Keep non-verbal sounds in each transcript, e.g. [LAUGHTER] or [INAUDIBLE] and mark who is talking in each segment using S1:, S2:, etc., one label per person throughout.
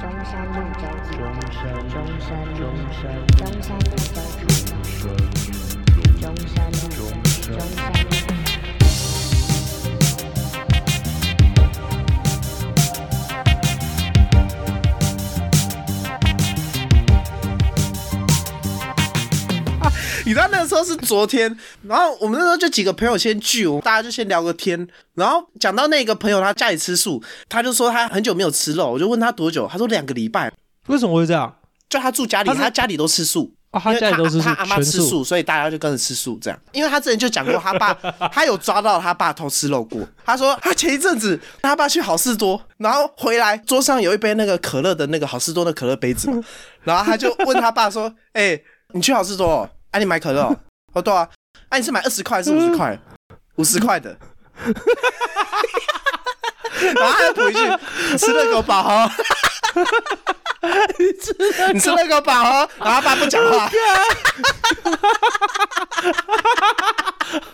S1: 中山路中
S2: 中山路
S1: 中山路
S2: 中山路
S1: 中山路中中山路中山路。
S3: 你知道那个时候是昨天，然后我们那时候就几个朋友先聚，我们大家就先聊个天，然后讲到那个朋友他家里吃素，他就说他很久没有吃肉，我就问他多久，他说两个礼拜，
S2: 为什么会这样？
S3: 就他住家里，
S2: 他是
S3: 他家里都吃素。
S2: 啊，他
S3: 因为
S2: 家里都是
S3: 他阿妈
S2: 全
S3: 吃
S2: 素，
S3: 素，所以大家就跟着吃素这样。因为他之前就讲过，他
S2: [LAUGHS]
S3: 爸他有抓到他爸偷吃肉过。他说他前一阵子他爸去好事多，然后回来桌上有一杯那个可乐的那个好事多的可乐杯
S2: [LAUGHS]
S3: 子嘛，然后他就问他爸说：“哎、你去好事多、哦？哎、你买可乐、哦？”哦，对啊，哎、你是买二十块还是五十块？五十块的。然后他又回去吃热狗堡哦， [LAUGHS] 你吃热狗堡哦，然后他爸不讲话。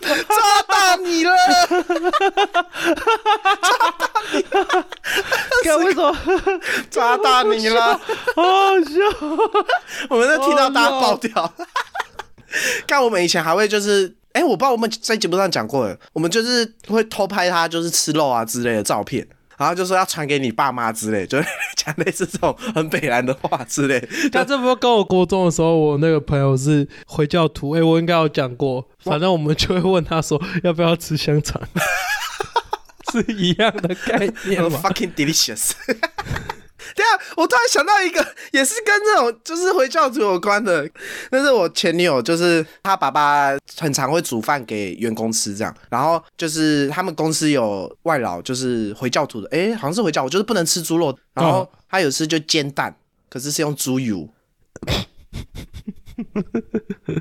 S3: 抓到你了！ [LAUGHS]
S2: 干啊为什 [LAUGHS] 么？
S3: [LAUGHS] 抓到你了！
S2: 好好笑！
S3: [LAUGHS] 我们都听到大家爆掉。 [LAUGHS] 看我们以前还会就是，哎、我不知道我们在节目上讲过了，我们就是会偷拍他就是吃肉啊之类的照片，然后就说要传给你爸妈之类，就是 [LAUGHS] 讲类似这种很北然的话之类。
S2: 他这不跟我国中的时候，我那个朋友是回教徒，哎、我应该有讲过，反正我们就会问他说要不要吃香 [LAUGHS] 肠，是一样的概念嘛？
S3: fucking delicious 。 [LAUGHS] 对啊，我突然想到一个，也是跟这种就是回教徒有关的，那是我前女友，就是她爸爸很常会煮饭给员工吃这样，然后就是他们公司有外劳，就是回教徒的，诶，好像是回教，我就是不能吃猪肉，然后
S2: 哦
S3: 他有次就煎蛋，可是是用猪油，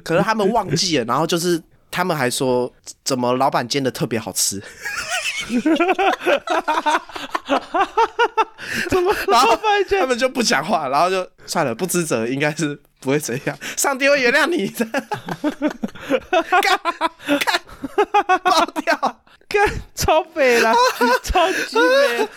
S3: 可是他们忘记了，然后就是他们还说怎么老板煎的特别好吃，
S2: 怎 [LAUGHS] 么
S3: 然后
S2: 老板
S3: 他
S2: 讲？
S3: 们就不讲话，然后就算了，不知者应该是不会怎样， [LAUGHS] 上帝会原谅你的。干干爆掉！
S2: 干超北 [LAUGHS] 啦，超级北。
S3: 因为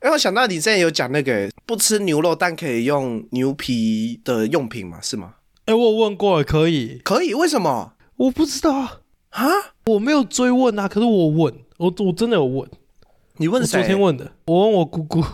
S3: 哎我想到你之前有讲那个不吃牛肉，但可以用牛皮的用品嘛，是吗？
S2: 哎、我有问过，可以？
S3: 可以，为什么
S2: 我不知道啊，
S3: 啊？
S2: 我没有追问啊，可是我问，我我真的有问，
S3: 你问
S2: 我
S3: 谁？
S2: 昨天问的，我问我姑姑，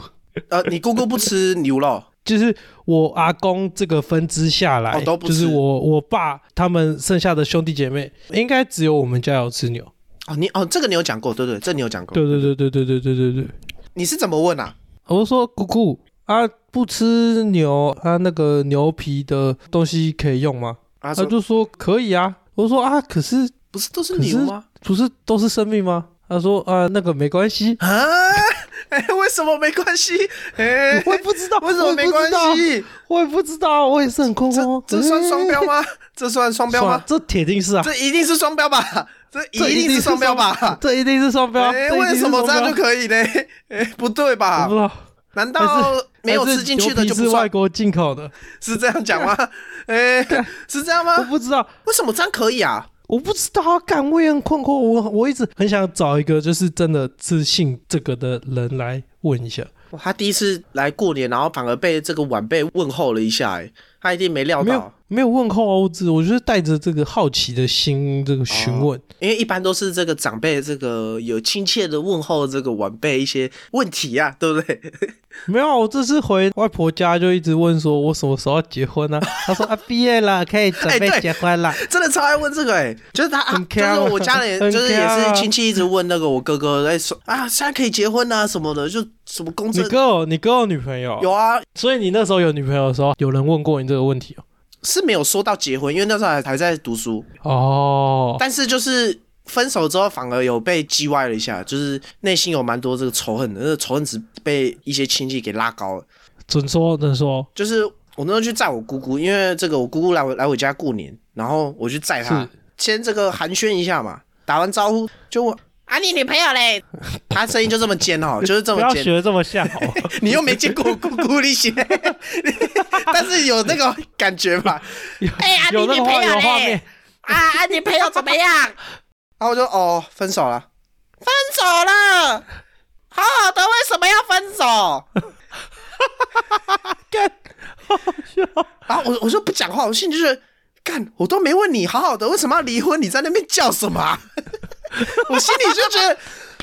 S3: 呃，你姑姑不吃牛肉，
S2: 就是我阿公这个分支下来，
S3: 哦都不
S2: 就
S3: 吃
S2: 是我我爸他们剩下的兄弟姐妹，应该只有我们家有吃牛。
S3: 哦，你哦，这个你有讲过，对对，这你有讲过。
S2: 对对对对对对对对对，
S3: 你是怎么问啊？
S2: 我说姑姑啊，不吃牛啊，那个牛皮的东西可以用吗？
S3: 啊，
S2: 他
S3: 说
S2: 就说可以啊。我说啊，可是
S3: 不是都是
S2: 可是
S3: 牛吗？。
S2: 不是都是生命吗？他说啊，那个没关系
S3: 啊？哎、为什么没关系？哎、
S2: 我也不啊知道
S3: [LAUGHS] 为什么没关？
S2: 我也不知道
S3: 系？
S2: 我也不知道，我也是很困惑。
S3: 哎这算双标吗？这算双
S2: 哎
S3: 标
S2: 算
S3: 吗
S2: 了？这铁定是啊，
S3: 这一定是双标吧？这
S2: 这
S3: 一定是双标吧？
S2: 这一定是双标。
S3: 哎，
S2: 啊这一定
S3: 为
S2: 是
S3: 什么
S2: 双
S3: 这
S2: 标
S3: 样就可
S2: [LAUGHS]
S3: 以呢？哎，不对
S2: 我
S3: 吧
S2: 不？知道，
S3: 难道 [LAUGHS] 没有
S2: 还是
S3: 吃进去的就
S2: 牛皮
S3: 不
S2: 是外
S3: 算？
S2: 国进口的？
S3: 是这样
S2: [LAUGHS]
S3: 讲吗？哎，是这样
S2: 我
S3: 吗？
S2: 不知道，
S3: 为什么这样可以啊？
S2: 我不知道啊，干我也很困惑。我我一直很想找一个就是真的自信这个的人来问一下，
S3: 哇他第一次来过年，然后反而被这个晚辈问候了一下，哎，他一定没料
S2: 没有
S3: 到，
S2: 没有问候啊，我只我就是带着这个好奇的心这个询问。
S3: 因为一般都是这个长辈这个有亲切的问候这个晚辈一些问题啊，对不 [LAUGHS] 对？
S2: 没有啊，我这次回外婆家就一直问说我什么时候要结婚呢、啊？她说啊毕业了，可以准备
S3: 哎对
S2: 结婚了。
S3: 真的超爱问这个哎、就是他，啊
S2: 很
S3: 就
S2: care
S3: 是我家人，
S2: 很啊
S3: 就是也
S2: care
S3: 是亲戚一直问那个我哥哥在说啊，现在可以结婚啊什么的，就什么公
S2: 你
S3: 证
S2: 哥有你哥有女朋友，
S3: 有啊，
S2: 所以你那时候有女朋友的时候，有人问过你这个问题哦。
S3: 是没有说到结婚，因为那时候还还在读书，
S2: 哦，
S3: 但是就是分手之后反而有被击歪了一下，就是内心有蛮多这个仇恨的，那个仇恨值被一些亲戚给拉高了，
S2: 准说准说，
S3: 就是我那时候去载我姑姑，因为这个我姑姑来我来我家过年，然后我去载她
S2: 是，
S3: 先这个寒暄一下嘛，打完招呼就问啊你女朋友嘞， [LAUGHS] 她声音就这么尖哦，就是这
S2: 不
S3: 么
S2: 要
S3: 尖，
S2: [LAUGHS] 学这么像哦好吗？
S3: 你又没见过我姑姑你写， [LAUGHS] 但是有那个感觉嘛， [LAUGHS] 哎呀
S2: [LAUGHS] 有那
S3: 你
S2: 个
S3: 女朋
S2: 画
S3: 友
S2: 有画
S3: 嘞
S2: 面，
S3: 啊啊你朋友怎么样？然后我就哦分手了，分手了，好好的为什么要分手？然后我我就不讲话，我心里就觉得，干，我都没问你好好的，为什么要离婚？你在那边叫什么啊、 [LAUGHS] 我心里就觉得，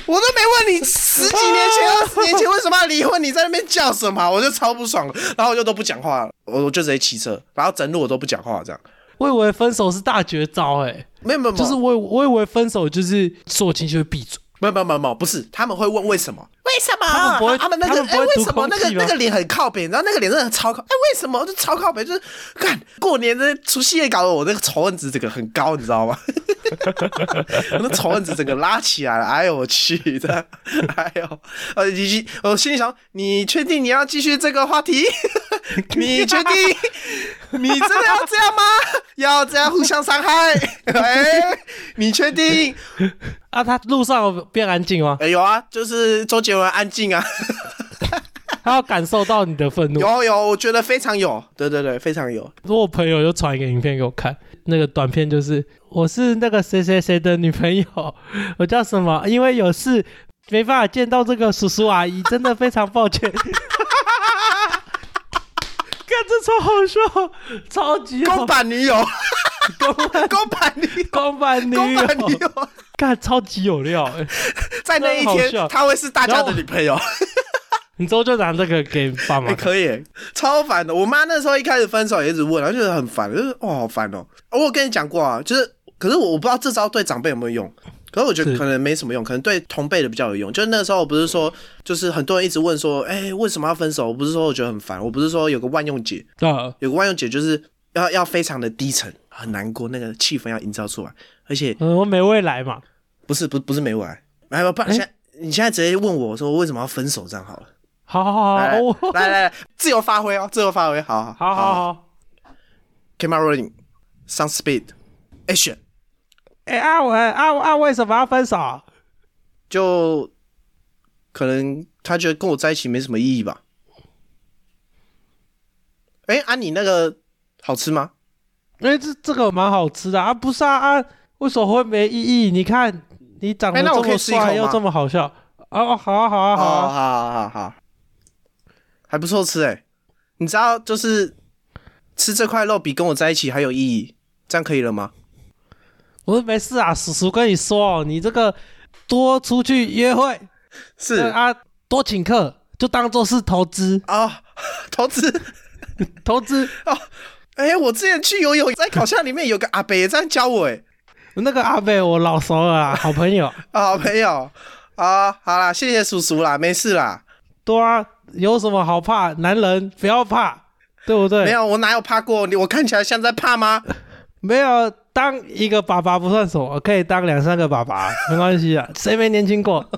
S3: 我都没问你十几年前、二十年前为什么要离婚，你在那边叫什么啊、我就超不爽了，然后我就都不讲话了，我我就直接骑车，然后整路我都不讲话，这样
S2: 我以为分手是大绝招、欸，
S3: 没有没有，没有
S2: 就是我以我以为分手就是所有情绪会闭嘴。
S3: 没有没有没有没有，不是，他们会问为什么？为什么？
S2: 他们不会
S3: 他们那个
S2: 他们不会
S3: 哎，为
S2: 读
S3: 什么
S2: 空
S3: 那个
S2: 气吗
S3: 那个脸很靠北？然后那个脸真的超靠，哎，为什么？就超靠北，就是干过年的除夕夜搞得我那个仇恨值这个很高，你知道吗？ [LAUGHS] 我那仇恨值整个拉起来了，哎呦我去 [LAUGHS] 的，哎呦，呃，以及我心里想，你确定你要继续这个话题？ [LAUGHS] 你确定？你真的要这样吗？要这样互相伤害？ [LAUGHS] 哎，你确定？
S2: 啊，他路上有变安静吗？
S3: 哎，有啊，就是周杰伦安静啊，
S2: 他要感受到你的愤怒。
S3: 有有，我觉得非常有，对对对，非常
S2: [LAUGHS]
S3: 有。
S2: 我朋友就传一个影片给我看，那个短片就是我是那个谁谁谁的女朋友， [LAUGHS] 我叫什么？因为有事没办法见到这个叔叔阿姨，真的非常抱歉。 [LAUGHS] 看这超好笑，超级好
S3: 公版女友，
S2: 公版
S3: 公版女友，
S2: 公版女
S3: 公版女
S2: 友，
S3: 友，
S2: 看超级有料、欸。
S3: 在那一天
S2: 真的好笑
S3: 她会是大家的女朋友，
S2: 你之后就拿这个给爸妈
S3: 哎
S2: 看，
S3: 可以，超烦的。我妈那时候一开始分手也一直问，然后就是很烦，就是哦好烦哦。我有跟你讲过啊，就是可是我不知道这招对长辈有没有用。可是我觉得
S2: 是
S3: 可能没什么用，可能对同辈的比较有用。就是那时候我不是说，就是很多人一直问说，哎、为什么要分手？我不是说我觉得很烦，我不是说有个万用解，
S2: 啊，
S3: 有个万用解就是要要非常的低沉，很难过，那个气氛要营造出来，而且
S2: 嗯，我没未来嘛，
S3: 不是不不是没未来，来吧，不然
S2: 哎
S3: 现在、你现在直接问我说为什么要分手这样好了，
S2: 好 [LAUGHS] 好
S3: [LAUGHS]
S2: 好，
S3: 来来
S2: 我
S3: 来来来，自由发挥哦，自由发挥，好好
S2: 好好好，
S3: ，camera rolling, sound speed, action，
S2: 哎、阿文阿文阿文为什么要分手？
S3: 就可能他觉得跟我在一起没什么意义吧。哎、啊你那个好吃吗？
S2: 哎、这这个蛮好吃的啊，不是啊啊，为什么会没意义？你看你长得
S3: 哎那
S2: 这
S3: 我可以
S2: 么
S3: 吃一口吗
S2: 帅又这么好笑，哦，好啊好啊好
S3: 哦，好好
S2: 啊，
S3: 好好，还不错吃哎、你知道就是吃这块肉比跟我在一起还有意义，这样可以了吗？
S2: 我说没事啊，叔叔跟你说哦，你这个多出去约会，
S3: 是
S2: 对
S3: 啊，
S2: 啊，多请客就当做是投资，
S3: 哦，投资 [LAUGHS]
S2: 投资
S3: 哦，哎、我之前去游泳，在烤箱里面有个阿伯也这样教我哎、
S2: 那个阿贝我老熟了啊，好
S3: [LAUGHS]
S2: 朋友，
S3: 啊，好朋友啊、好啦，谢谢叔叔啦，没事啦，
S2: 对啊，有什么好怕？男人不要怕，对不对？
S3: 没有，我哪有怕过你？我看起来像在怕吗？
S2: 没有，当一个爸爸不算什么，可以当两三个爸爸，没关系啊，谁没年轻过？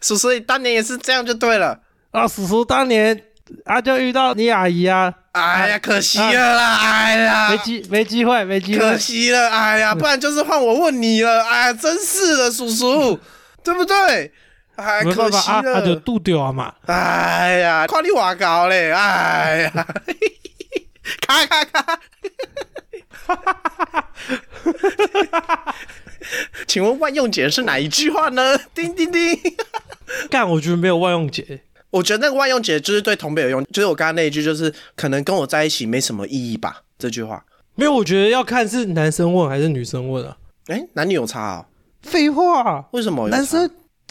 S3: 叔叔你当年也是这样就对了，
S2: 啊，叔叔当年啊就遇到你阿姨啊，
S3: 哎呀，可惜了啦，哎呀，
S2: 没机没机会，没机
S3: 可
S2: 会。
S3: 惜了，哎呀，不然就是换我问你了，哎呀，真是的，叔叔， [LAUGHS] 对不对？哎，
S2: 没
S3: 可
S2: 办
S3: 惜
S2: 法啊，啊就
S3: 了，
S2: 渡掉啊嘛，
S3: 哎呀，看你瓦搞嘞，哎呀， [LAUGHS] 咔咔咔， [LAUGHS] 请问万用解是哪一句话呢？ [LAUGHS] 叮叮叮，
S2: 干我觉得没有万用节，
S3: 我觉得那个万用解就是对同辈有用，就是我刚刚那一句，就是可能跟我在一起没什么意义吧，这句话。
S2: 没有，我觉得要看是男生问还是女生问啊。
S3: 哎，男女有差哦？
S2: 废话，
S3: 为哦什么有差？
S2: 男生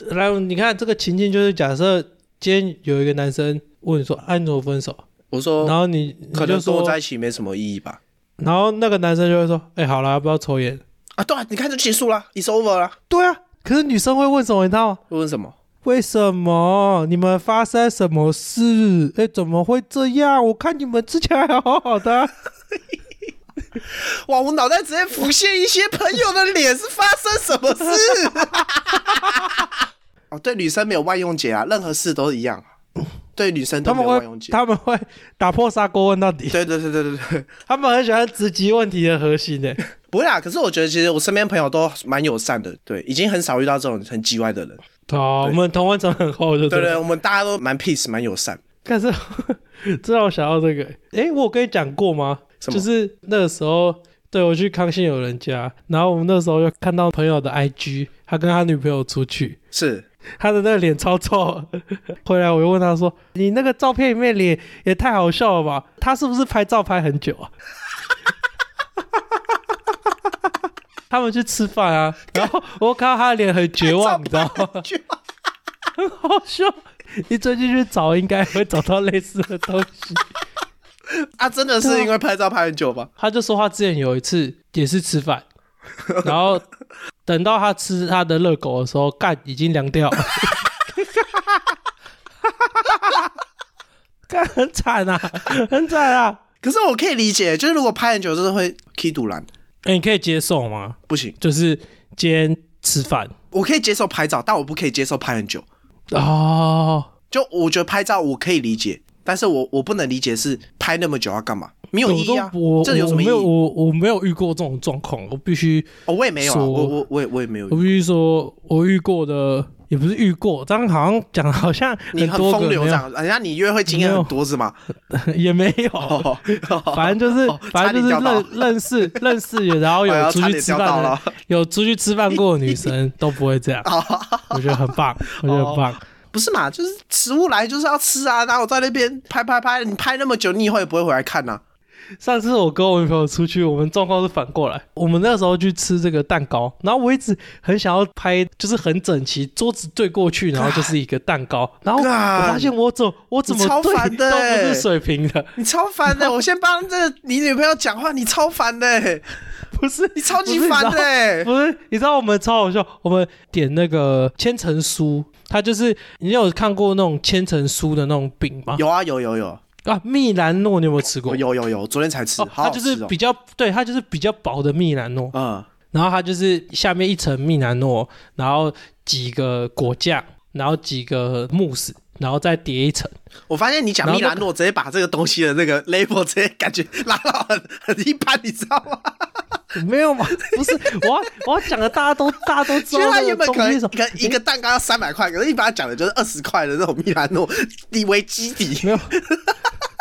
S2: 来，你看这个情境就是假设今天有一个男生问你说，啊，你怎么分手？
S3: 我说
S2: 然后你
S3: 可
S2: 你
S3: 能
S2: 就
S3: 跟我
S2: 说，
S3: 在一起没什么意义吧？
S2: 然后那个男生就会说，哎、好了，要不要抽烟？
S3: 啊，对啊，你看就结束了，it's over 了。
S2: 对啊，可是女生会问什么，你知道吗？
S3: 问什么？
S2: 为什么你们发生什么事？哎，怎么会这样？我看你们之前还好好的啊、
S3: 哇，我脑袋直接浮现一些朋友的脸，是发生什么事？ [LAUGHS] 哦，对，女生没有万用解啊，任何事都一样，啊对女 [LAUGHS] 生都
S2: 他
S3: 没
S2: 们
S3: 有万
S2: 会
S3: 用解。
S2: 他们会打破砂锅问到底，
S3: 对对对对对对，
S2: 他们很喜欢直击问题的核心
S3: [LAUGHS]
S2: 诶。
S3: 不会啦。可是我觉得，其实我身边朋友都蛮友善的，对，已经很少遇到这种很叽歪的人。
S2: 哦，我们同温层很厚，就
S3: 对
S2: 对
S3: 对，
S2: 了。
S3: 我们大家都蛮 peace，蛮友善。
S2: [LAUGHS] 但是这让我想到这个，哎，我有跟你讲过吗？
S3: 什么
S2: 就是那个时候，对我去康熙友人家，然后我们那时候就看到朋友的 IG，他跟他女朋友出去，
S3: 是
S2: 他的那个脸超臭。回来我又问他说：“你那个照片里面脸也太好笑了吧？他是不是拍照拍很久啊？” [LAUGHS] 他们去吃饭啊，然后我看到他的脸很绝望，你知道吗？ [LAUGHS] 好笑。 [LAUGHS] 你最近去找，应该会找到类似的东西。
S3: 啊，真的是因为拍照拍很久吧？
S2: 他就说他之前有一次也是
S3: [LAUGHS]
S2: 吃饭，然后等到他吃他的热狗的时候，干已经凉
S3: [LAUGHS]
S2: 掉了，干很惨啊，很惨啊！
S3: 可是我可以理解，就是如果拍很久，真的会 K 堵蓝，
S2: 哎、你可以接受吗？
S3: 不行。
S2: 就是今天吃饭
S3: 我可以接受拍照，但我不可以接受拍很久。
S2: 哦，
S3: 就我觉得拍照我可以理解，但是我我不能理解是拍那么久要干嘛？没有意
S2: 我都
S3: 义啊
S2: 我！
S3: 这有什
S2: 我
S3: 么
S2: 没
S3: 意
S2: 有
S3: 义？
S2: 我我没有遇过这种状况，我必须
S3: 哦，我也没有啊，
S2: 说
S3: 我我我也我也没有
S2: 我。必须说，我遇过的也不是遇过，这样好像讲得好像
S3: 你
S2: 很
S3: 很
S2: 多个
S3: 风流
S2: 没
S3: 这
S2: 有
S3: 样，人家你约会经验很多是吗？
S2: [LAUGHS] 也没有，
S3: 哦， [LAUGHS]
S2: 反正就是、
S3: 哦
S2: 反正就是
S3: 差点掉
S2: 认 [LAUGHS] 认识认识，
S3: [LAUGHS]
S2: 然后有
S3: 哎呀
S2: 出
S3: 差
S2: 去
S3: 点
S2: 吃
S3: 掉
S2: 饭
S3: 到
S2: 的，
S3: 了。哦
S2: 有出去吃饭过的女生
S3: [LAUGHS]
S2: 都不会这样，我觉得很棒，我觉得很棒。
S3: 不是嘛？就是食物来就是要吃啊，然后我在那边拍拍拍，你拍那么久，你以后也不会回来看呐、
S2: 上次我跟我女朋友出去，我们状况是反过来，我们那时候去吃这个蛋糕，然后我一直很想要拍，就是很整齐，桌子对过去，然后就是一个蛋糕，然后我
S3: 干
S2: 发现我怎我怎么
S3: 你超
S2: 对
S3: 烦的
S2: 都不
S3: 欸
S2: 是水平的， [LAUGHS]
S3: 你超烦的、我先帮这个你女朋友讲话，你超烦的、
S2: 不是
S3: 你超级
S2: 不是
S3: 烦
S2: 你知
S3: 的、
S2: 道不是，你知道我们超好笑，我们点那个千层酥，它就是你有看过那种千层酥的那种饼吗？
S3: 有啊，有有有，
S2: 啊，蜜兰诺你有没有吃过？
S3: 我哦有有有，昨天才吃，
S2: 哦，
S3: 好
S2: 它
S3: 好
S2: 就是
S3: 吃哦。
S2: 比较对，它就是比较薄的蜜兰诺，
S3: 嗯，
S2: 然后它就是下面一层蜜兰诺，然后几个果酱，然后几个慕斯，然后再叠一层。
S3: 我发现你讲
S2: 然后
S3: 米兰诺，直接把这个东西的那个 label 直接感觉拉到很很一般，你知道
S2: [LAUGHS]
S3: 吗？
S2: 没有嘛？不是，我要我要讲的大家都大家都知
S3: [LAUGHS] 其
S2: 道
S3: 实它
S2: 那
S3: 原
S2: 个
S3: 本可
S2: 东西
S3: 能
S2: 是什
S3: 可能一个蛋糕要三百块，可是你把它讲的就是二十块的那种米兰诺，你为基底。
S2: 没有。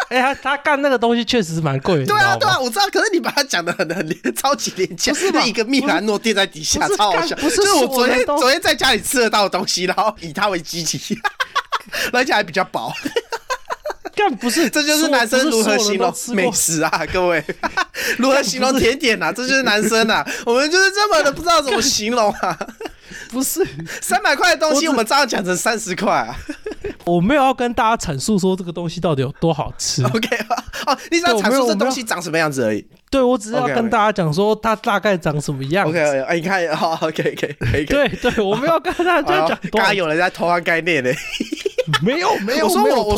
S2: 哎、他他干那个东西确实是蛮贵的，
S3: 对
S2: 你
S3: 啊，
S2: 知道
S3: 对
S2: 吗
S3: 啊，我知道，可是你把它讲的很很廉超级廉价，
S2: 不是吧
S3: 就一个米兰诺垫在底下，
S2: 不是
S3: 超好
S2: 干
S3: 笑。
S2: 不是
S3: 就是我
S2: 所有
S3: 昨天
S2: 人都
S3: 昨天在家里吃得到的东西，然后以它为基底， [LAUGHS] 而且还比较薄，
S2: 干不是，
S3: [LAUGHS] 这就是男生如何形容
S2: 不是所有人
S3: 美
S2: 都吃
S3: 食啊，各
S2: [LAUGHS]
S3: 位，如何形容甜点啊？这就是男生啊，我们就是这么的不知道怎么形容啊。
S2: 过， [LAUGHS] 不是，
S3: 三百块的东
S2: 我只
S3: 西，我们照样讲成三十块
S2: [LAUGHS]
S3: 啊。
S2: 我没有要跟大家阐述说这个东西到底有多好
S3: [LAUGHS]
S2: 吃，
S3: OK 啊，哦，你只要
S2: 对我
S3: 阐
S2: 没有
S3: 述
S2: 我
S3: 这
S2: 没有
S3: 东西长什么样子而已。
S2: 对我只是要
S3: OK，OK
S2: 跟大家讲说它大概长什么样
S3: OK，
S2: 子。
S3: 哎、你看，好、o k OK，可以可以。
S2: 对对，我没有跟大
S3: 哎
S2: 家
S3: 呦， [LAUGHS]
S2: 讲多
S3: 刚
S2: 好
S3: 刚有人在偷换概念呢。[LAUGHS]
S2: 没有没有，
S3: 我说
S2: 没有
S3: 我，我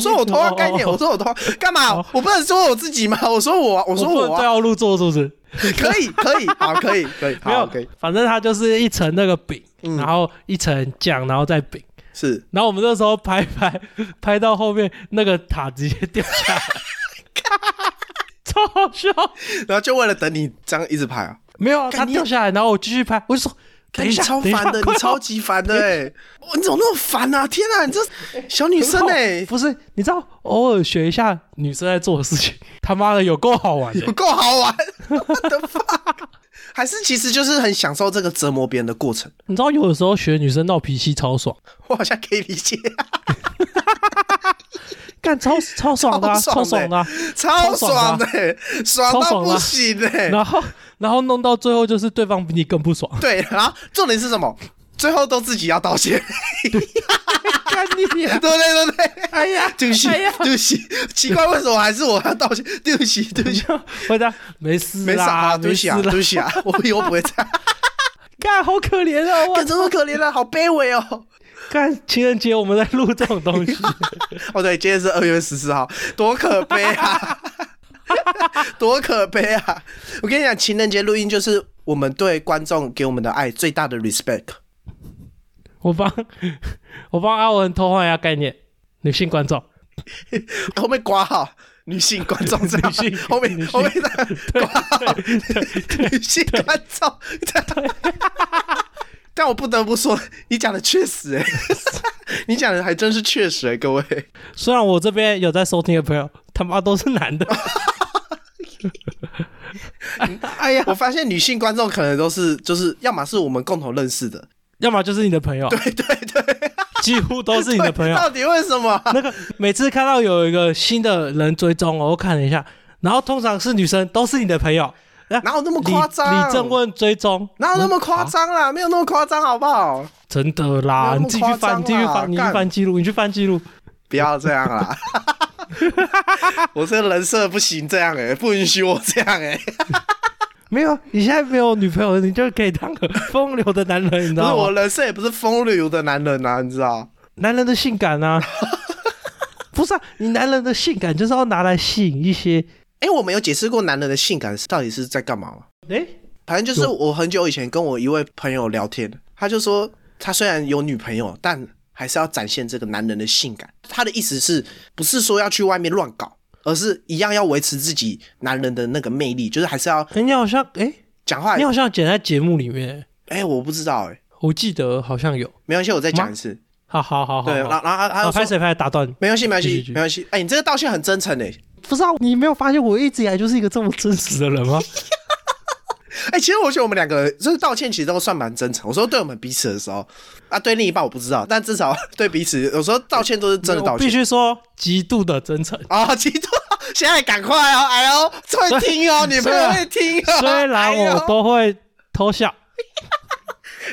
S2: 偷
S3: 说
S2: 换概
S3: 我，
S2: 念
S3: 我说我偷换概念，我说我偷换
S2: 哦
S3: 干嘛？我不能说我自己吗？我说我啊，我
S2: [LAUGHS] 我
S3: 说
S2: 不能
S3: 我
S2: 对
S3: 啊，
S2: 号入座是不是？
S3: 可以可以，好可以可以，
S2: 没
S3: 好
S2: 有
S3: 可以，，
S2: 反正它就是一层那个饼，
S3: 嗯
S2: 然后一层酱，然后再饼。
S3: 是
S2: 然后我们那时候拍拍拍到后面，那个塔直接掉下来，
S3: [LAUGHS]
S2: 超好笑。
S3: 然后就为了等你这样一直拍啊。
S2: 没有啊，
S3: 干
S2: 它
S3: 你
S2: 掉下来，然后我继续拍，我就说等一下，
S3: 你超
S2: 等一下
S3: 烦的，你
S2: 快哦
S3: 超级烦的、欸，哇你怎么那么烦啊？天啊，你这小女生哎、欸，
S2: 不是，你知道偶尔学一下女生在做的事情，他妈的有够好玩
S3: [LAUGHS]
S2: 的
S3: 不。够好玩，我的 fuck，还是其实就是很享受这个折磨别人的过程，
S2: 你知道有的时候学女生闹脾气超爽，
S3: 我好像可以理解，
S2: 干超超爽的、啊，超
S3: [LAUGHS] 超
S2: 爽
S3: 爽的
S2: 的
S3: 欸
S2: 啊、
S3: 超
S2: 爽
S3: 爽的、
S2: 的啊
S3: 欸，爽
S2: 超
S3: 到
S2: 爽的啊
S3: 不行哎、欸，
S2: 然后然后弄到最后就是对方比你更
S3: [LAUGHS]
S2: 不爽，
S3: 对，然后重点是什么？最后都自己要道歉， [LAUGHS]
S2: 干你
S3: 对
S2: 娘！
S3: 不对？对不对？
S2: 哎呀，
S3: 对不起，
S2: 哎呀，
S3: 对不起，奇怪，为什么还是我要道歉？对不起，对不起，
S2: [LAUGHS] 我讲没事
S3: 没事
S2: 啦，
S3: 啊，对不起啊，
S2: 没事
S3: 对
S2: 啦，
S3: 不起 [LAUGHS] 啊，我以后不会这样，
S2: 干好可怜啊！我
S3: 干这么可怜啊，好卑微哦。
S2: 干情人节我们在录这种东西，
S3: [LAUGHS]
S2: [LAUGHS]
S3: 哦，对，今天是二月十四号，多可悲啊！ [LAUGHS] 多可悲啊！我跟你讲，情人节录音就是我们对观众给我们的爱最大的 respect。
S2: 我帮我帮阿文偷换一下概念，女性观众。
S3: 后面挂号， [LAUGHS] 女性观众这样，
S2: 女性
S3: 后
S2: 女
S3: 面
S2: 性
S3: 后面这样挂号，女性观众 [LAUGHS] 这样。但我不得不说，你讲的确实哎、 [LAUGHS] 你讲的还真是确实哎、各位。
S2: 虽然我这边有在收听的朋友，他妈都是
S3: [LAUGHS]
S2: 男的，
S3: 哎呀，我发现女性观众可能都是就是，要么是我们共同认识的，
S2: 要么就是你的朋友，
S3: 对对对，
S2: 几乎都是你
S3: [LAUGHS]
S2: 的朋友。
S3: 到底为什么？
S2: 那个每次看到有一个新的人追踪我，我看了一下，然后通常是女生，都是你的朋友。
S3: 哪有那么
S2: 李
S3: 夸张？
S2: 李正问追踪，
S3: 哪有那么夸
S2: 啊
S3: 张啦？没有那么夸张，好不好？
S2: 真的啦，
S3: 哪有那
S2: 你
S3: 么
S2: 自己去翻，你自己去
S3: 夸张啦
S2: 翻，你去
S3: 干
S2: 翻记录，你去翻记录。
S3: 不要这样
S2: [LAUGHS]
S3: 啦！我这个人设不行这样哎、不允许我这样哎、
S2: 没有，你现在没有女朋友，你就可以当个风流的男人，你知
S3: 不是
S2: 道
S3: 我
S2: 吗？
S3: 人设也不是风流的男人啊，你知道？
S2: 男人的性感
S3: [LAUGHS]
S2: 啊，不是啊，你男人的性感就是要拿来吸引一些，
S3: 哎、我们有解释过男人的性感到底是在干嘛吗？
S2: 哎，
S3: 反正就是
S2: 有
S3: 我很久以前跟我一位朋友聊天，他就说他虽然有女朋友，但还是要展现这个男人的性感。他的意思是不是说要去外面乱搞，而是一样要维持自己男人的那个魅力，就是还是要
S2: 哎你好像，哎，
S3: 讲话
S2: 你。好像剪在节目里面，
S3: 哎、我不知道哎、
S2: 我记得好像有。
S3: 没关系，我再讲一次。
S2: 好好好好，
S3: 对，然
S2: 好
S3: 后然后他
S2: 好
S3: 又
S2: 哦拍
S3: 说
S2: 谁拍打断？
S3: 没关系，没关
S2: 继续
S3: 系
S2: 继，续
S3: 没关系。哎、你这个道歉很真诚哎、
S2: 不是啊，你没有发现我一直以来就是一个这么真实的人吗？
S3: 哎、其实我觉得我们两个就是道歉，其实都算蛮真诚。我说对我们彼此的时候，啊，对另一半我不知道，但至少对彼此，有时候道歉都是 [LAUGHS] 真的道
S2: 我必
S3: 歉。
S2: 须说极度的真诚。
S3: 啊、哦，记住，现在赶快哦，哎呦，会听哦，女朋友会听哦。
S2: 虽
S3: [LAUGHS]
S2: 然
S3: 哎
S2: 我
S3: 呦
S2: 都会偷笑，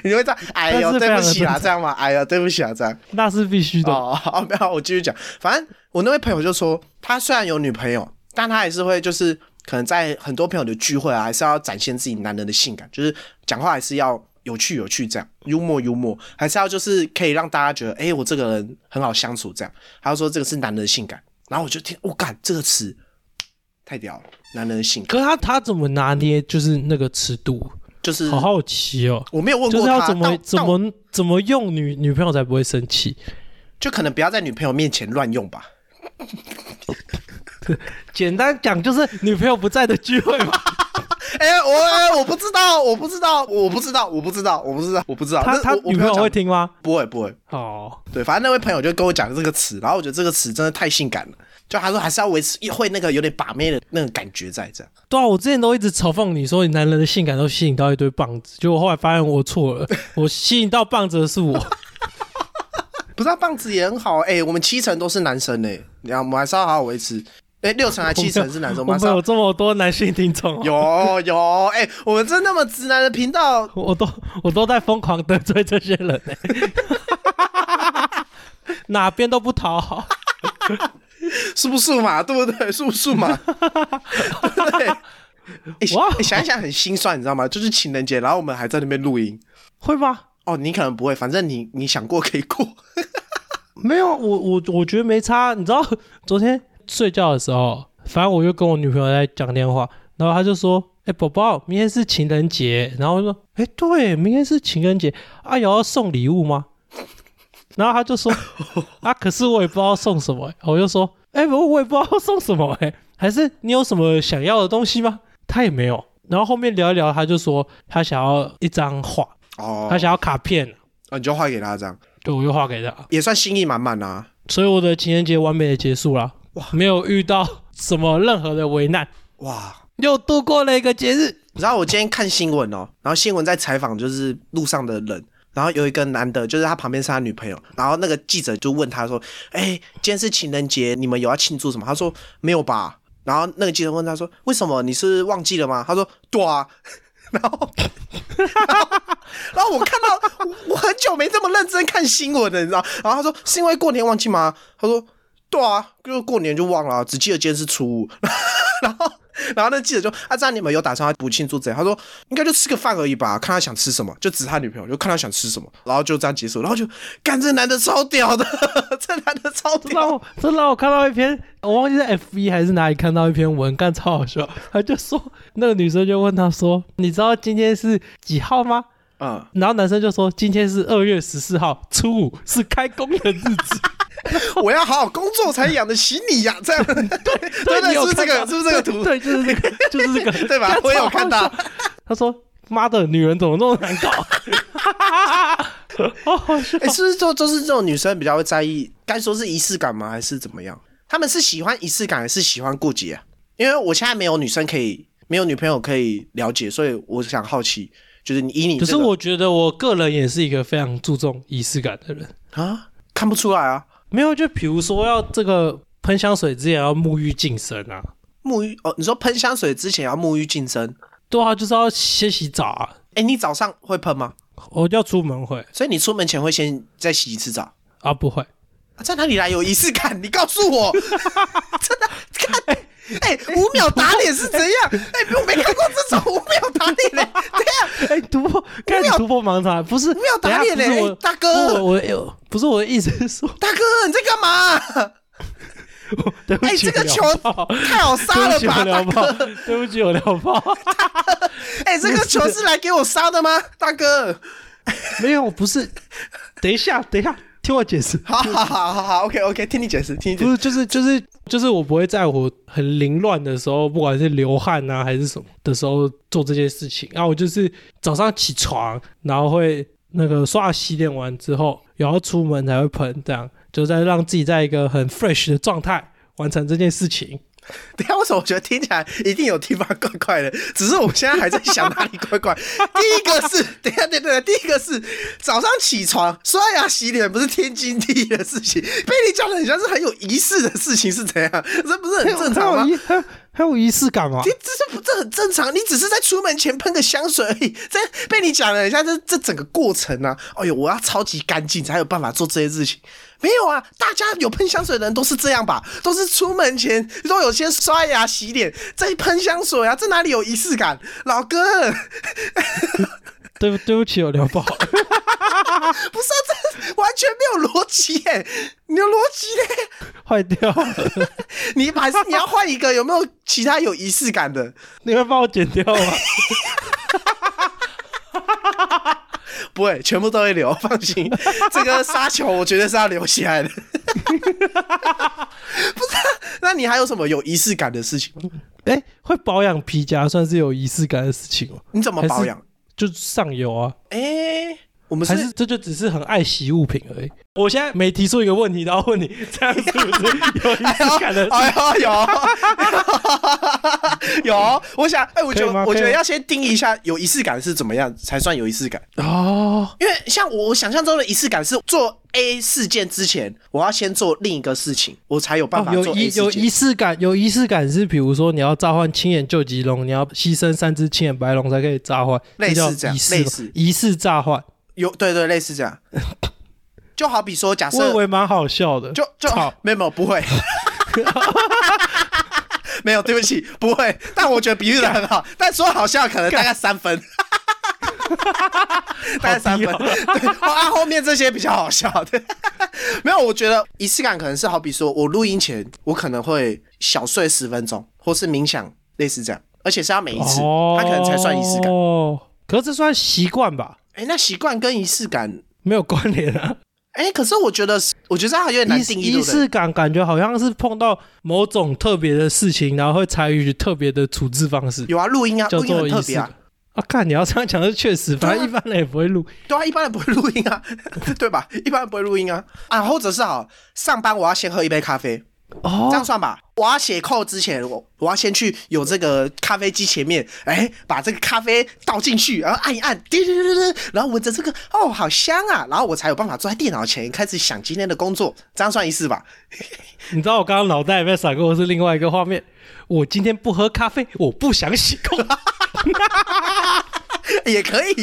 S3: 你会这样，哎呦，
S2: 但是非
S3: 对
S2: 常
S3: 不
S2: 的
S3: 起啦，
S2: 真
S3: 这样嘛，哎呦，对不起啦，这样。
S2: 那是必须的。
S3: 哦， [LAUGHS] 哦没有，我继续讲。反正我那位朋友就说，他虽然有女朋友，但他还是会就是可能在很多朋友的聚会啊，还是要展现自己男人的性感，就是讲话还是要有趣有趣这样，幽默幽默，还是要就是可以让大家觉得，哎、我这个人很好相处这样。他就说这个是男人的性感，然后我就听，我、干这个词太屌了，男人的性感
S2: 可是他他怎么拿捏就是那个尺度，
S3: 就是
S2: 好好奇哦。
S3: 我没嗯有问
S2: 就
S3: 过
S2: 是
S3: 他，
S2: 要怎么
S3: 但
S2: 怎
S3: 但我
S2: 么怎么用女女朋友才不会生气？
S3: 就可能不要在女朋友面前乱用吧。
S2: 简单讲就是女朋友不在的聚会嘛。
S3: 哎、我哎、我不知道，我不知道，我不知道，我不知道，我不知道，我不知道。
S2: 他
S3: 那
S2: 他
S3: 我我
S2: 女朋友
S3: 讲
S2: 会听吗？
S3: 不会不会，
S2: 哦，
S3: 对，反正那位朋友就跟我讲这个词，然后我觉得这个词真的太性感了，就他说还是要维持会那个有点把妹的那种感觉在这样。
S2: 对啊，我之前都一直嘲讽你说你男人的性感都吸引到一堆棒子，结果后来发现我错了，我吸引到棒子的是我。
S3: 不是、啊，棒子也很好，哎、我们七成都是男生呢、你看我们还是要好好维持，哎、六成还七成是男生，
S2: 我
S3: 们还
S2: 们
S3: 是要
S2: 有这么多男性听众、
S3: 有
S2: 哦，
S3: 有，哎、我们真那么直男的频道，
S2: 我都我都在疯狂得罪这些人、欸， [LAUGHS] 哪边都不讨好。
S3: 是不是嘛？ [LAUGHS] 对不对？是不是嘛？对不
S2: [LAUGHS]
S3: 对？哎、
S2: 哇
S3: 想想一想很心酸，你知道吗？就是情人节，然后我们还在那边录音。
S2: 会吗？
S3: 哦，你可能不会，反正你你想过可以过。
S2: 没有，我我我觉得没差。你知道， [LAUGHS] 昨天睡觉的时候，反正我就跟我女朋友在讲电话，然后她就说：“哎、宝宝，明天是情人节。”然后我就说：“哎、对，明天是情人节，啊，有要送礼物吗？” [LAUGHS] 然后她就说：“啊，可是我也不知道送什么、我就说：“哎、我我也不知道送什么、哎，还是你有什么想要的东西吗？”她也没有。然后后面聊一聊，她就说她想要一张画，
S3: 哦，
S2: 她想要卡片，
S3: 哦，你就画给他这样，
S2: 就我就画给她。
S3: 也算心意满满啊。
S2: 所以我的情人节完美的结束了，没有遇到什么任何的危难，
S3: 哇，
S2: 又度过了一个节日。
S3: 你知道我今天看新闻哦，然后新闻在采访就是路上的人，然后有一个男的，就是他旁边是他女朋友，然后那个记者就问他说：“哎、今天是情人节，你们有要庆祝什么？”他说：“没有吧。”然后那个记者问他说：“为什么？你是忘记了吗？”他说：“对啊。”然后，然后然后我看到我我很久没这么认真看新闻了，你知道？然后他说：“是因为过年忘记吗？”他说：“对啊，就是过年就忘了啊，只记得今天是初五。”然后，然后那记者就啊，这样你们有打算要不庆祝怎样？他说应该就吃个饭而已吧，看他想吃什么，就指他女朋友，就看他想吃什么，然后就这样结束。然后就干这男的超屌的，这男的超
S2: 这让
S3: 屌，
S2: 我 [LAUGHS] 这让我看到一篇，我忘记是 F 一还是哪里看到一篇文，干超好笑。他就说那个女生就问他说：“你知道今天是几号吗
S3: 嗯？”，
S2: 然后男生就说：“今天是二月十四号，初五是开工的日子。
S3: 我要好好工作才养得起你呀、这样对 [LAUGHS] 对
S2: 你 [LAUGHS]
S3: 对，
S2: 有
S3: 是不是这个
S2: 看到？
S3: 是不是这个图？
S2: 对，就是这
S3: [LAUGHS]
S2: 个，就是这个，
S3: 对吧
S2: 干
S3: 我有
S2: 超
S3: 看到
S2: 好笑。他说：“妈的，女人怎么那么难搞？”好
S3: [LAUGHS]
S2: 好笑。
S3: 哎、是不是就就是这种女生比较会在意？该说是仪式感吗？还是怎么样？他们是喜欢仪式感，还是喜欢过节啊？因为我现在没有女生可以，没有女朋友可以了解，所以我想好奇，就是你以你、
S2: 可
S3: 这
S2: 是
S3: 个
S2: 我觉得我个人也是一个非常注重仪式感的人。
S3: 啊，看不出来啊，
S2: 没有，就比如说要这个喷香水之前要沐浴净身啊，
S3: 沐浴哦，你说喷香水之前要沐浴净身，
S2: 对啊，就是要先洗澡啊。
S3: 哎，你早上会喷吗？
S2: 我要出门会
S3: 所以你出门前会先再洗一次澡。
S2: 啊，不会，
S3: 啊在哪里来有仪式感？你告诉我， [LAUGHS] 真的看。哎、五秒打脸是怎样？哎、我没看过这种五秒打脸的、对啊呀、
S2: 哎、突破，看你突破盲肠，不是
S3: 没有打脸
S2: 等一下
S3: 嘞
S2: 不是我
S3: 大哥哎
S2: 不是我我不是我的意思是说，
S3: 大哥，你在干
S2: [LAUGHS]
S3: 嘛？
S2: 对不
S3: 哎、
S2: 起，
S3: 这个球
S2: 我聊爆
S3: 太好杀了吧，
S2: 对
S3: 大
S2: 不起，我聊爆
S3: 哥！，
S2: [LAUGHS] 对不起，我聊爆，
S3: 哎、这个球是来给我杀的吗，大哥？
S2: 没有，不是，等一下，等一下，听我解释，
S3: 好好好好好，OK OK，听你解释，听你解
S2: 不
S3: 释。
S2: 是，就是就是就是我不会在我很凌乱的时候，不管是流汗啊还是什么的时候做这些事情。然后我就是早上起床，然后会那个刷洗脸完之后，然后出门才会喷，这样就在让自己在一个很 fresh 的状态完成这件事情。
S3: 等一下为什么我觉得听起来一定有地方怪怪的？只是我现在还在想哪里怪 [LAUGHS] 怪。第一个是，等一下，对对对，第一个是早上起床刷牙洗脸，不是天经地义的事情，被你讲的很像是很有仪式的事情是怎样？这不是很正常吗
S2: 还有？仪还有还有仪式感
S3: [LAUGHS]
S2: 吗
S3: 这？这这不这很正常，你只是在出门前喷个香水而已。这被你讲了一下，这这整个过程啊，哎呦，我要超级干净才有办法做这些事情。没有啊，大家有喷香水的人都是这样吧？都是出门前都有先刷牙洗脸，再喷香水啊，这哪里有仪式感？老哥， [LAUGHS] 啊
S2: 对不对不起，我聊不好。 [LAUGHS]
S3: 不是、啊，这完全没有逻辑耶！你的逻辑嘞？ [LAUGHS]
S2: 坏掉了，
S3: 你还是你要换一个，有没有其他有仪式感的？
S2: 你会帮我剪掉吗？ [LAUGHS]
S3: 不会，全部都会留，放
S2: [LAUGHS]
S3: 心。这个杀球我绝对是要留下来的。不是啊、那你还有什么有仪式感的事情吗？
S2: 哎、会保养皮夹算是有仪式感的事情吗？
S3: 你怎么保养？
S2: 就上油啊。
S3: 哎、我们
S2: 还
S3: 是？
S2: 是这就只是很爱惜物品而已。哎我现在每提出一个问题，然后问你 [LAUGHS] 这样是不是有仪式感的
S3: 哎呦有
S2: [LAUGHS]
S3: 有，我想哎、我觉
S2: 可以吗
S3: 得我觉
S2: 可
S3: 得
S2: 以吗
S3: 要先定义一下有仪式感是怎么样才算有仪式感， [LAUGHS]
S2: 哦，
S3: 因为像我我想象中的仪式感是做 A 事件之前，我要先做另一个事情，我才有办法
S2: 哦有
S3: 做 A
S2: 仪
S3: 事件。
S2: 有仪式感，有仪式感是比如说你要召唤青眼救急龙，你要牺牲三只青眼白龙才可以召唤，
S3: 类似
S2: 叫
S3: 这样
S2: 仪式
S3: 类
S2: 吗
S3: 似
S2: 仪式召唤，
S3: 有对对类似这样，就好比说假设
S2: 我以为蛮好笑的。
S3: 就就
S2: 好，
S3: 没有没有不
S2: [LAUGHS]
S3: 会，没有对不起不会，但我觉得比喻的很好，但说好笑可能大概三
S2: [LAUGHS]
S3: 分。大概三分，
S2: 哦
S3: 对，啊，后面这些比较好笑对，没有，我觉得仪式感可能是好比说，我录音前我可能会小睡十分钟，或是冥想，类似这样，而且是要每一次，
S2: 哦，
S3: 它可能才算仪式感。
S2: 哦，可是这算习惯吧？
S3: 哎、那习惯跟仪式感，
S2: 没有关联啊。
S3: 哎、可是我觉得，我觉得它有点 [LAUGHS] 难
S2: 仪
S3: 定义，对
S2: 仪
S3: 不对？
S2: 式感感觉好像是碰到某种特别的事情，然后会采取特别的处置方式。
S3: 有啊，录音啊，
S2: [LAUGHS] 叫
S3: 录音
S2: 做
S3: 很特
S2: 仪
S3: 别
S2: 式
S3: 啊
S2: 感。。啊，看你要这样讲是确实，反正
S3: 对啊
S2: 一般人也不会录。
S3: 对啊，一般人不会录音啊， [LAUGHS] 对吧？一般人不会录音啊啊，或者是好上班，我要先喝一杯咖啡，这样
S2: 哦，
S3: 算吧。我要写扣之前，我我要先去有这个咖啡机前面，哎，把这个咖啡倒进去，然后按一按，滴滴滴滴滴，然后闻着这个，哦，好香啊，然后我才有办法坐在电脑前开始想今天的工作，这样算一次吧？ [LAUGHS]
S2: 你知道我刚刚脑袋里面闪过的是另外一个画面。我今天不喝咖啡，我不想洗控。
S3: [LAUGHS] 也可以，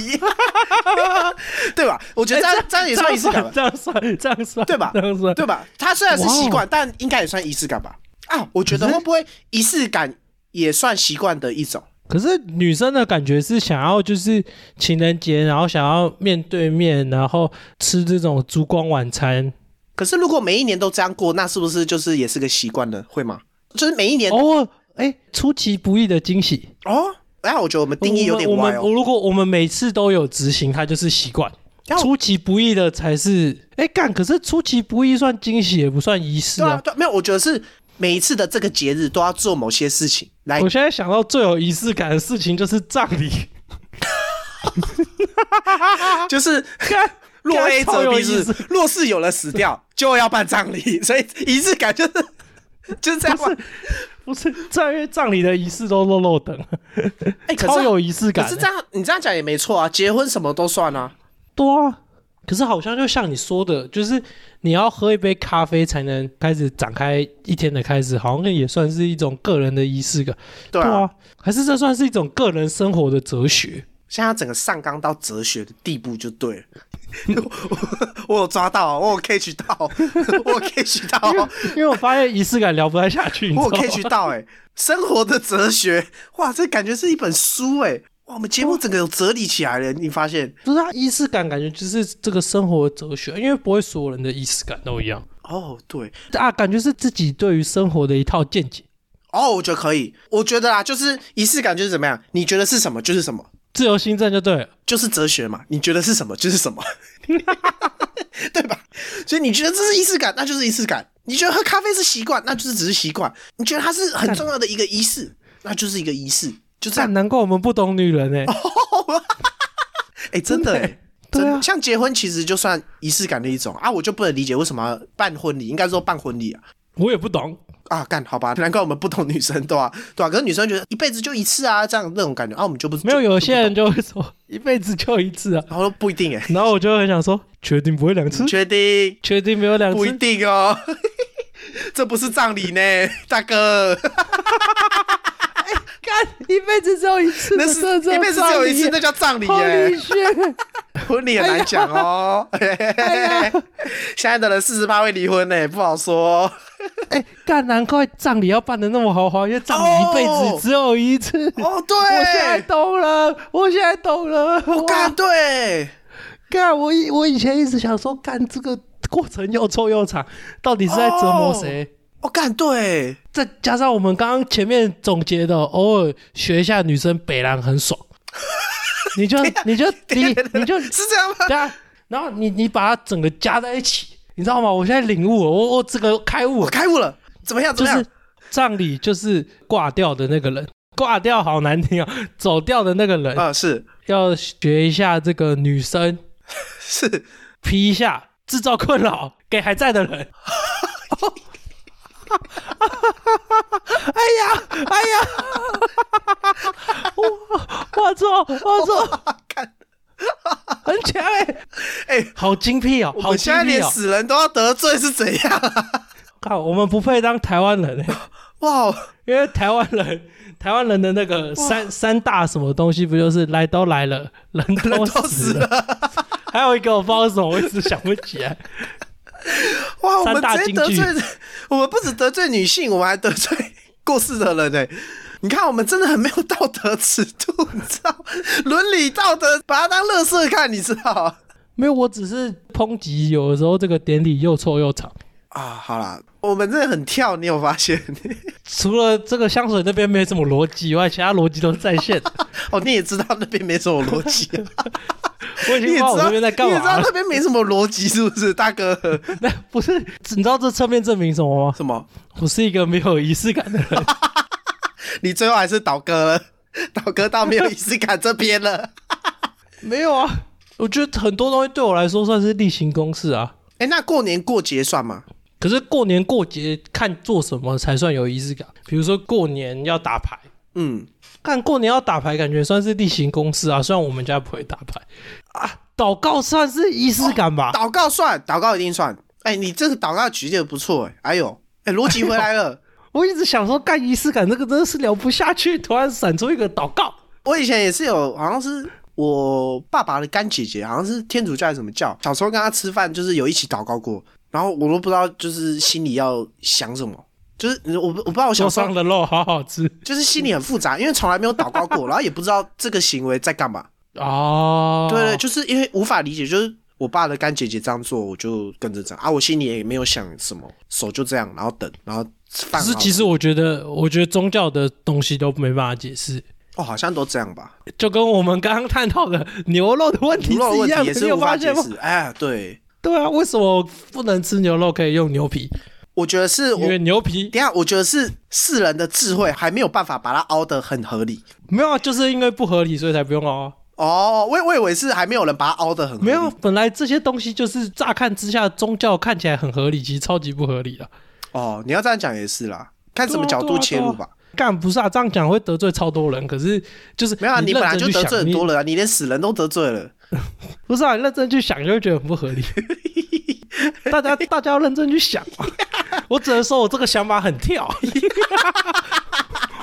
S3: [LAUGHS] 对吧？我觉得这样这样也算仪式感吧。
S2: 这样算，这样
S3: [LAUGHS]
S2: 算，
S3: 对
S2: [LAUGHS]
S3: 吧？
S2: 这样算，
S3: 对吧？它虽然是习
S2: 哇哦
S3: 惯，但应该也算仪式感吧？啊，我觉得会不会仪式感也算习惯的一种？
S2: 可是女生的感觉是想要就是情人节，然后想要面对面，然后吃这种烛光晚餐，
S3: 可是如果每一年都这样过，那是不是就是也是个习惯呢？会吗？就是每一年哦
S2: 偶尔哎出其不意的惊喜。
S3: 然啊后我觉得我们定义有点
S2: 我
S3: 歪
S2: 们我
S3: 哦。
S2: 们如果我们每次都有执行，它就是习惯。
S3: 然后
S2: 出其不意的才是，哎干！可是出其不意算惊喜，也不算仪式
S3: 对啊，
S2: 啊。
S3: 对啊，没有，我觉得是每一次的这个节日都要做某些事情来
S2: 我现在想到最有仪式感的事情就是葬礼，
S3: [LAUGHS]
S2: [LAUGHS]
S3: 就是
S2: 看
S3: 若 A 则 B
S2: 仪
S3: 是
S2: 式，
S3: 若是有人死掉，就要办葬礼，所以仪式感就是 [LAUGHS] 就是这样吧。
S2: 不是，这因为葬礼的仪式都漏漏等，
S3: 哎、可
S2: 超
S3: 是
S2: 有仪式
S3: 可
S2: 感
S3: 是
S2: 的。
S3: 这样，你这样讲也没错啊，结婚什么都算啊。
S2: 多啊。可是好像就像你说的，就是你要喝一杯咖啡才能开始展开一天的开始，好像也算是一种个人的仪式感。
S3: 对啊，
S2: 啊，还是这算是一种个人生活的哲学？
S3: 现在整个上纲到哲学的地步就对了。 [LAUGHS] 我我有抓到啊，我有 catch 到， [LAUGHS] 我有 catch
S2: [LAUGHS]
S3: 到，
S2: 因为我发现仪式感聊不太下去，你知
S3: 哦我
S2: 道
S3: 有
S2: 吗？
S3: catch 到、哎，生活的哲学，哇，这感觉是一本书哎、哇，我们节目整个有哲理起来了，你发现？
S2: 不是啊，仪式感感觉就是这个生活的哲学，因为不会所有人的仪式感都一样
S3: 哦，对，
S2: 啊，感觉是自己对于生活的一套见解，
S3: 哦，我觉得可以，我觉得啦，就是仪式感就是怎么样，你觉得是什么就是什么，
S2: 自由新政就对了。
S3: 就是哲学嘛，你觉得是什么就是什么， [LAUGHS] 对吧？所以你觉得这是仪式感，那就是仪式感；你觉得喝咖啡是习惯，那就是只是习惯；你觉得它是很重要的一个仪式，那就是一个仪式，就这
S2: 但
S3: 样。哦
S2: 啊难怪我们不懂女人欸呢、
S3: 哎、真的哎、
S2: 对
S3: 真
S2: 啊
S3: 像结婚其实就算仪式感的一种啊，我就不能理解为什么要办婚礼，应该说办婚礼啊。
S2: 我也不懂。
S3: 啊，干好吧，难怪我们不懂女生，对吧、对吧、可是女生觉得一辈子就一次啊，这样那种感觉啊，我们就不
S2: 没有，有些，人
S3: 就
S2: 就会说一辈子就一次啊，
S3: 就不懂然后不一定哎、
S2: 然后我就会很想说，确定不会两次，
S3: 确定
S2: 确定没有 [LAUGHS] 两
S3: 不一
S2: 次，
S3: 定哦， [LAUGHS] 这不是葬礼呢，大哥，
S2: 干一辈子只有一次，
S3: 那是一辈子只有一次，那叫葬礼耶。
S2: 耶。
S3: 婚礼很难讲哦。
S2: 哎
S3: [LAUGHS] 现在的人四十八会离婚呢，不好说。
S2: 哎，干难怪葬礼要办的那么豪华，因为葬礼一辈子只有一次。
S3: 哦， [LAUGHS] 对，
S2: [LAUGHS] 我现在懂了，我现在懂了。
S3: 我干
S2: 干
S3: 对，
S2: 干，我以我以前一直想说，干这个过程又臭又长，到底是在折磨谁？
S3: 我干对，
S2: 再加上我们刚刚前面总结的，偶尔学一下女生北兰很
S3: [LAUGHS]
S2: 爽，你就
S3: 啊
S2: 你就你你就是
S3: 这样吗？
S2: 对啊，然后你你把它整个加在一起，你知道吗？我现在领悟了，我我这个开悟
S3: 我
S2: 了，
S3: 开悟了，怎么样？怎
S2: 就
S3: 么样
S2: 是？葬礼就是挂掉的那个人，挂掉好难听啊、走掉的那个人、
S3: 啊，是
S2: 要学一下这个女生
S3: 是，
S2: 哎劈一下，制造困扰给还在的人。
S3: [LAUGHS]
S2: 哎呀，哎
S3: [LAUGHS]
S2: 呀！我我操，我操，
S3: 看，
S2: 很强哎、
S3: [LAUGHS] 哎，
S2: 好精辟哦，
S3: 我
S2: 好
S3: 们现
S2: 精
S3: 在
S2: 辟
S3: 连
S2: 哦！
S3: 死人都要得罪是怎样啊？
S2: 靠，我们不配当台湾人哎、
S3: 哇，
S2: 因为台湾人，台湾人的那个三三大什么东西，不就是来都来 [LAUGHS] 了，人
S3: 人
S2: 都
S3: 都死
S2: 死了，
S3: 了，
S2: 还有一个我不知道是什么，我一直想不起来。
S3: 哇，我们
S2: 三大
S3: 直接
S2: 金
S3: 得
S2: 句
S3: 罪， [LAUGHS] 我们不止得罪女性，我们还得罪过世的人呢、欸你看，我们真的很没有道德尺度，你知道？伦理道德把它当垃圾看，你知道？
S2: [LAUGHS] 没有，我只是抨击，有的时候这个典礼又臭又长。
S3: 啊，好啦，我们真的很跳，你有发现？ [LAUGHS]
S2: 除了这个香水那边没什么逻辑以外，其他逻辑都是在 [LAUGHS] 线的。
S3: 哦，你也知道那边没什么逻辑
S2: [LAUGHS]
S3: 啊、
S2: 我已
S3: 你也
S2: 经
S3: 知
S2: 不知道
S3: 道
S2: 我那边在干
S3: 你也知道
S2: 嘛了
S3: 那。边没什么逻辑，是不是，大哥？
S2: [LAUGHS]
S3: [LAUGHS]
S2: 那不是，你知道这侧面证明什么吗？
S3: 什么？
S2: 我是一个没有仪式感的人。
S3: 你最后还是倒戈了，倒戈到没有仪式感这边了。
S2: [LAUGHS]
S3: [LAUGHS]
S2: 没有啊，我觉得很多东西对我来说算是例行公事啊。
S3: 哎、那过年过节算吗？
S2: 可是过年过节看做什么才算有仪式感？比如说过年要打牌，
S3: 嗯，
S2: 看过年要打牌，感觉算是例行公事啊。虽然我们家不会打牌啊，祷告算是仪式感吧？
S3: 哦祷告算，祷告一定算。哎、你这个祷告举例得不错哎、哎呦，哎、逻辑回来了。
S2: 我一直想说干仪式感这个真的是聊不下去，突然闪出一个祷
S3: [LAUGHS]
S2: 告。
S3: 我以前也是有，好像是我爸爸的干姐姐，好像是天主教还是什么教。小时候跟她吃饭，就是有一起祷告过，然后我都不知道就是心里要想什么，就是我不我不知道我小
S2: 受
S3: 时候
S2: 伤的肉好好吃
S3: 就是心里很复杂，因为从来没有祷告过，
S2: [LAUGHS]
S3: 然后也不知道这个行为在干嘛。
S2: 哦，
S3: 对对，就是因为无法理解，就是我爸的干姐姐这样做，我就跟着这样啊，我心里也没有想什么，手就这样，然后等，然后
S2: 可
S3: 饭
S2: 是
S3: 好
S2: 其实我觉得，我觉得宗教的东西都没办法解释，
S3: 哦，好像都这样吧，
S2: 就跟我们刚刚探讨的牛肉的问题
S3: 牛肉
S2: 是
S3: 问
S2: 一样
S3: 题
S2: 的，
S3: 也
S2: [LAUGHS] 你
S3: 是
S2: 有
S3: 无法
S2: 发
S3: 解
S2: 现吗？
S3: 释。哎，对，
S2: 对啊，为什么不能吃牛肉可以用牛皮？
S3: 我觉得是我
S2: 因为
S3: 等
S2: 牛皮
S3: 一下，我觉得是世人的智慧还没有办法把它凹得很合理。
S2: 没有啊，就是因为不合理，所以才不用熬啊。
S3: 哦，我我以为是还没有人把它凹得很合理
S2: 没有，本来这些东西就是乍看之下，宗教看起来很合理，其实超级不合理的。啊
S3: 哦，你要这样讲也是啦，看什么角度切入吧。
S2: 干不是啊，这样讲会得罪超多人。可是就是
S3: 没有啊，
S2: 你
S3: 你本来就得罪很多
S2: 人，
S3: 人啊，你连死人都得罪
S2: [LAUGHS]
S3: 了。
S2: 你不是啊？你认真去想就会觉得很不合理。
S3: [LAUGHS]
S2: 大家大家要认真去想嘛。我只能说我这个想法很跳， [LAUGHS]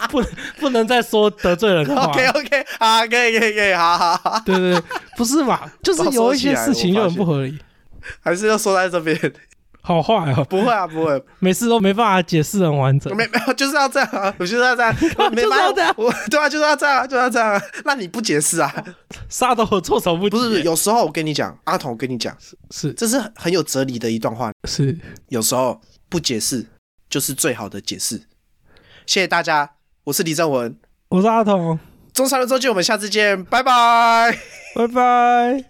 S2: 不能不能再说得罪
S3: [LAUGHS]
S2: 人的话。
S3: OK OK，好，啊可以可以可以，好好好，
S2: 对对对，不是嘛？就是有一些事情就很不合理，
S3: 还是要说在这边。 [LAUGHS]
S2: 好坏哦，
S3: 不会啊，不会，
S2: 每次都没办法解释很完整。
S3: 没没有，就是要这样啊，我就是要这
S2: [LAUGHS]
S3: 样，我没办
S2: 哦就是
S3: 法
S2: 要这样
S3: 我对啊，就是要这样啊，就是要这样啊。那你不解释啊？
S2: 杀得我措手不及。
S3: 不是，有时候我跟你讲，阿童，我跟你讲，
S2: 是
S3: 这是很很有哲理的一段话。
S2: 是，
S3: 有时候不解释就是最好的解释。谢谢大家，我是李正文，
S2: 我是阿童，
S3: 中山的周记，我们下次见，拜拜。
S2: 拜拜。